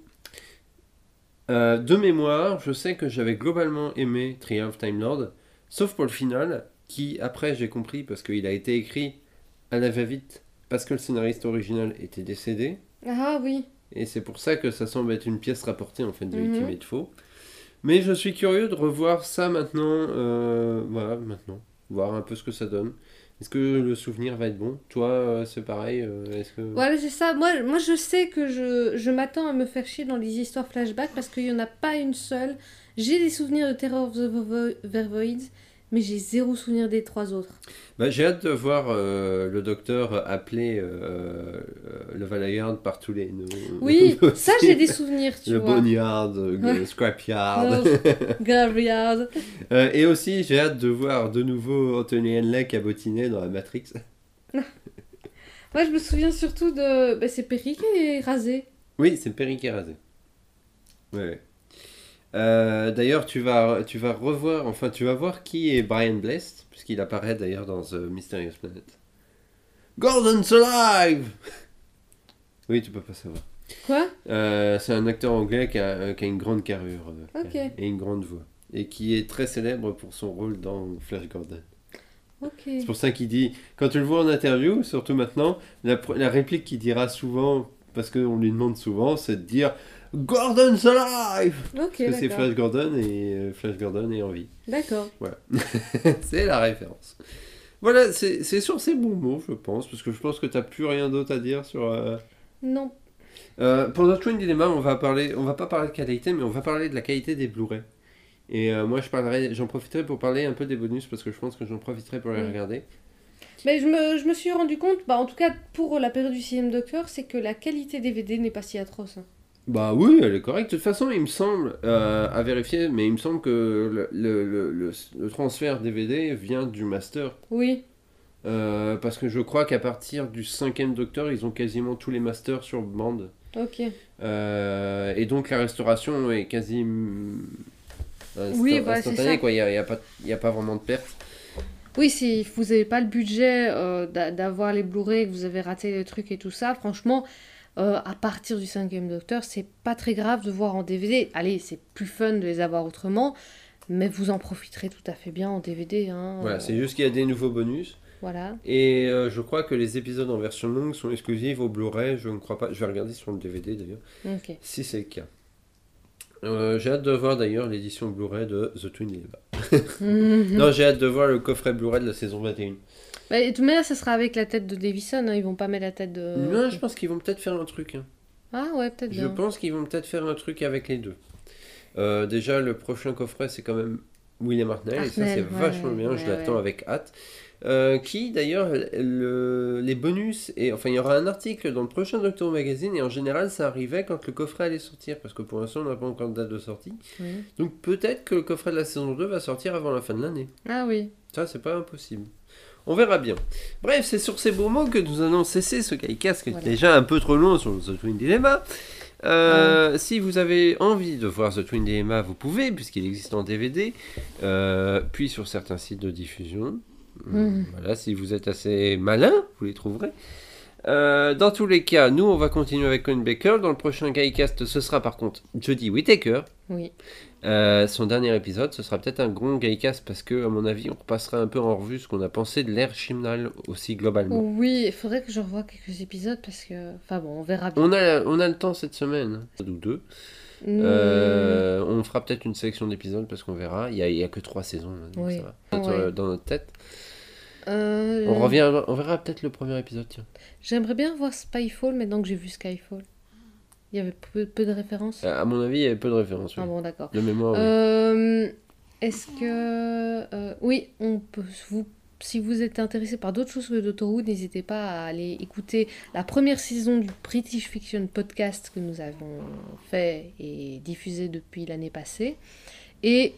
Speaker 1: Euh, de mémoire, je sais que j'avais globalement aimé Tree of Time Lord, sauf pour le final, qui après j'ai compris parce qu'il a été écrit à la va-vite parce que le scénariste original était décédé.
Speaker 2: Ah oui.
Speaker 1: Et c'est pour ça que ça semble être une pièce rapportée en fait de
Speaker 2: Mhm.
Speaker 1: Ultimate Faux. Mais je suis curieux de revoir ça maintenant, euh, voilà, maintenant, voir un peu ce que ça donne. Est-ce que le souvenir va être bon Toi, euh, c'est pareil euh, Est-ce que
Speaker 2: Voilà, c'est ça. Moi, moi, je sais que je, je m'attends à me faire chier dans les histoires flashback parce qu'il n'y en a pas une seule. J'ai des souvenirs de Terror of the Vervo- Vervoids, mais j'ai zéro souvenir des trois autres.
Speaker 1: Bah, J'ai hâte de voir euh, le docteur appeler euh, euh, le Valeyard par tous les noms.
Speaker 2: Oui, ça, j'ai des souvenirs, tu
Speaker 1: Le
Speaker 2: vois.
Speaker 1: Boneyard, euh, le
Speaker 2: Ouais.
Speaker 1: Scrapyard.
Speaker 2: Oh, Graveyard.
Speaker 1: Euh, et aussi, j'ai hâte de voir de nouveau Anthony Henley cabotiner dans la Matrix.
Speaker 2: Moi, je me souviens surtout de. Bah, c'est Perry qui est rasé.
Speaker 1: Oui, c'est Perry qui est rasé. Ouais, ouais. Euh, d'ailleurs, tu vas, tu vas revoir, enfin, tu vas voir qui est Brian Blessed, puisqu'il apparaît d'ailleurs dans The Mysterious Planet. Gordon's Alive Oui, tu peux pas savoir.
Speaker 2: Quoi
Speaker 1: Euh, c'est un acteur anglais qui a, euh, qui a une grande carrure euh,
Speaker 2: Ok.
Speaker 1: et une grande voix. Et qui est très célèbre pour son rôle dans Flash Gordon.
Speaker 2: Ok.
Speaker 1: C'est pour ça qu'il dit, quand tu le vois en interview, surtout maintenant, la, pr- la réplique qu'il dira souvent, parce qu'on lui demande souvent, c'est de dire Gordon's alive
Speaker 2: Ok,
Speaker 1: Parce que c'est
Speaker 2: d'accord.
Speaker 1: Flash Gordon et euh, Flash Gordon est en vie.
Speaker 2: D'accord.
Speaker 1: c'est la référence. Voilà, c'est c'est sur ces bons mots, je pense, parce que je pense que t'as plus rien d'autre à dire sur. euh,
Speaker 2: Non.
Speaker 1: euh, pour notre Twin Dilemma, on va parler, on va pas parler de qualité, mais on va parler de la qualité des Blu-ray. Et euh, moi, je parlerai, j'en profiterai pour parler un peu des bonus parce que je pense que j'en profiterai pour les
Speaker 2: Oui.
Speaker 1: regarder.
Speaker 2: Mais je me, je me suis rendu compte, bah en tout cas pour la période du sixième Docteur, c'est que la qualité DVD n'est pas si atroce. hein.
Speaker 1: Bah oui, elle est correcte. De toute façon, il me semble, euh, à vérifier, mais il me semble que le, le- le- le- le transfert DVD vient du master.
Speaker 2: Oui.
Speaker 1: Euh, parce que je crois qu'à partir du cinquième Docteur, ils ont quasiment tous les masters sur bande.
Speaker 2: Ok.
Speaker 1: Euh, et donc la restauration est quasi hum, insta-
Speaker 2: Oui, bah, c'est
Speaker 1: instantanée,
Speaker 2: ça.
Speaker 1: quoi. Il n'y a, il y a pas- il y a pas vraiment de perte.
Speaker 2: Oui, si vous n'avez pas le budget euh, d'a- d'avoir les Blu-ray, que vous avez raté les trucs et tout ça, franchement, euh, à partir du cinquième Docteur, c'est pas très grave de voir en DVD. Allez, c'est plus fun de les avoir autrement, mais vous en profiterez tout à fait bien en DVD. Hein,
Speaker 1: Voilà,
Speaker 2: Euh,
Speaker 1: c'est juste qu'il y a des nouveaux bonus.
Speaker 2: Voilà.
Speaker 1: Et euh, je crois que les épisodes en version longue sont exclusifs au Blu-ray. Je ne crois pas. Je vais regarder sur le DVD d'ailleurs,
Speaker 2: Ok.
Speaker 1: si c'est le cas. Euh, j'ai hâte de voir d'ailleurs l'édition Blu-ray de The Twin Dilemma.
Speaker 2: Mhm.
Speaker 1: Non, j'ai hâte de voir le coffret Blu-ray de la saison 21.
Speaker 2: Bah, et de toute manière, ça sera avec la tête de Davison, hein, ils vont pas mettre la tête de.
Speaker 1: Non, je pense qu'ils vont peut-être faire un truc. hein.
Speaker 2: Ah ouais, peut-être
Speaker 1: Je
Speaker 2: bien.
Speaker 1: pense qu'ils vont peut-être faire un truc avec les deux. Euh, déjà, le prochain coffret, c'est quand même William Hartnell, et ça,
Speaker 2: Hartnell,
Speaker 1: c'est
Speaker 2: ouais,
Speaker 1: vachement bien, je
Speaker 2: ouais,
Speaker 1: l'attends
Speaker 2: ouais.
Speaker 1: avec hâte. Euh, qui, d'ailleurs, le- les bonus, et enfin, il y aura un article dans le prochain Doctor Who Magazine, et en général, ça arrivait quand le coffret allait sortir, parce que pour l'instant, on n'a pas encore de date de sortie.
Speaker 2: Oui.
Speaker 1: Donc, peut-être que le coffret de la saison 2 va sortir avant la fin de l'année.
Speaker 2: Ah oui.
Speaker 1: Ça, c'est pas impossible. On verra bien. Bref, c'est sur ces beaux mots que nous allons cesser ce caïcas qui est
Speaker 2: Voilà.
Speaker 1: déjà un peu trop long sur The Twin Dilemma. Euh, Si vous avez envie de voir The Twin Dilemma, vous pouvez, puisqu'il existe en DVD, euh, puis sur certains sites de diffusion. Euh,
Speaker 2: Mm.
Speaker 1: Voilà, si vous êtes assez malin, vous les trouverez. Euh, dans tous les cas, nous, on va continuer avec Colin Baker. Dans le prochain Gaïcast, ce sera par contre Jodie Whittaker.
Speaker 2: Oui.
Speaker 1: Euh, son dernier épisode, ce sera peut-être un gros gaïcas parce que, à mon avis, on repassera un peu en revue ce qu'on a pensé de l'ère Chimnal aussi globalement.
Speaker 2: Oui, il faudrait que je revoie quelques épisodes parce que. Enfin bon, on verra bien.
Speaker 1: On a, on a le temps cette semaine, hein, ou deux.
Speaker 2: Mm.
Speaker 1: Euh, on fera peut-être une sélection d'épisodes parce qu'on verra. Il n'y a, il y a que trois saisons hein, donc
Speaker 2: Oui.
Speaker 1: ça va. Dans,
Speaker 2: Hmm, Ouais.
Speaker 1: dans notre tête.
Speaker 2: Euh,
Speaker 1: On, revient, on verra peut-être le premier épisode, tiens.
Speaker 2: J'aimerais bien voir Spyfall maintenant que j'ai vu Skyfall. Il y avait peu, peu de références.
Speaker 1: Euh, À mon avis, il y avait peu de références. oui.
Speaker 2: Ah bon, d'accord.
Speaker 1: De mémoire, oui.
Speaker 2: Euh, Est-ce que. euh, oui, on peut. Vous, si vous êtes intéressé par d'autres choses que Doctor Who, n'hésitez pas à aller écouter la première saison du British Fiction Podcast que nous avons fait et diffusé depuis l'année passée. Et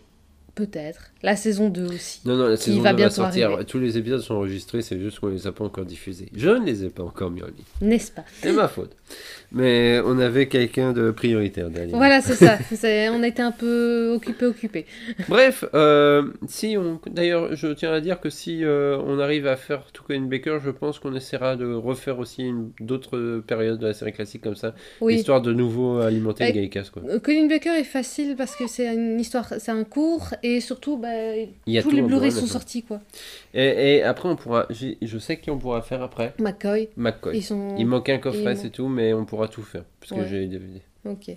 Speaker 2: peut-être la saison 2 aussi.
Speaker 1: Non, non, la saison
Speaker 2: va
Speaker 1: 2 va
Speaker 2: bientôt
Speaker 1: sortir.
Speaker 2: arriver.
Speaker 1: Tous les épisodes sont enregistrés, c'est juste qu'on les a pas encore diffusés. Je ne les ai pas encore mis en ligne.
Speaker 2: N'est-ce pas
Speaker 1: C'est ma faute. Mais on avait quelqu'un de prioritaire derrière.
Speaker 2: Voilà, c'est ça. C'est- on était un peu occupés, occupés.
Speaker 1: Bref, euh, si on, d'ailleurs, je tiens à dire que si euh, on arrive à faire tout une Baker, je pense qu'on essaiera de refaire aussi une- d'autres périodes de la série classique comme ça,
Speaker 2: Oui.
Speaker 1: histoire de nouveau alimenter
Speaker 2: Et-
Speaker 1: le Gaïkas, quoi.
Speaker 2: Euh, Colin Baker est facile parce que c'est une histoire, c'est un cours et surtout, bah,
Speaker 1: Il y a
Speaker 2: tous
Speaker 1: tout
Speaker 2: les
Speaker 1: en
Speaker 2: Blu-ray
Speaker 1: Blu-ray
Speaker 2: sont
Speaker 1: maintenant.
Speaker 2: sortis quoi.
Speaker 1: Et, et après, on pourra. j'ai- Je sais qui on pourra faire après.
Speaker 2: McCoy,
Speaker 1: McCoy.
Speaker 2: ils sont.
Speaker 1: Il manque un coffret,
Speaker 2: il-
Speaker 1: c'est tout, mais on pourra tout faire parce que
Speaker 2: Ouais.
Speaker 1: j'ai les DVD.
Speaker 2: Ok.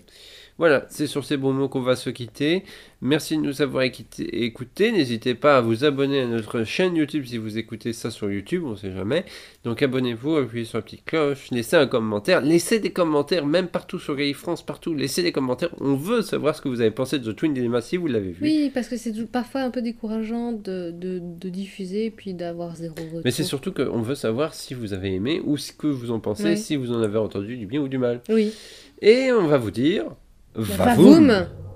Speaker 1: Voilà, c'est sur ces bons mots qu'on va se quitter. Merci de nous avoir équité- écoutés. N'hésitez pas à vous abonner à notre chaîne YouTube si vous écoutez ça sur YouTube, on sait jamais. Donc abonnez-vous, appuyez sur la petite cloche, laissez un commentaire, laissez des commentaires, même partout sur Gaï France, partout, laissez des commentaires. On veut savoir ce que vous avez pensé de The Twin Dilemma si vous l'avez vu.
Speaker 2: Oui, parce que c'est tout- parfois un peu décourageant de, de, de diffuser et puis d'avoir zéro retour.
Speaker 1: Mais c'est surtout qu'on veut savoir si vous avez aimé ou ce que vous en pensez,
Speaker 2: Oui.
Speaker 1: si vous en avez entendu du bien ou du mal.
Speaker 2: Oui.
Speaker 1: Et on va vous dire...
Speaker 2: La
Speaker 1: Vavoum
Speaker 2: Favoum.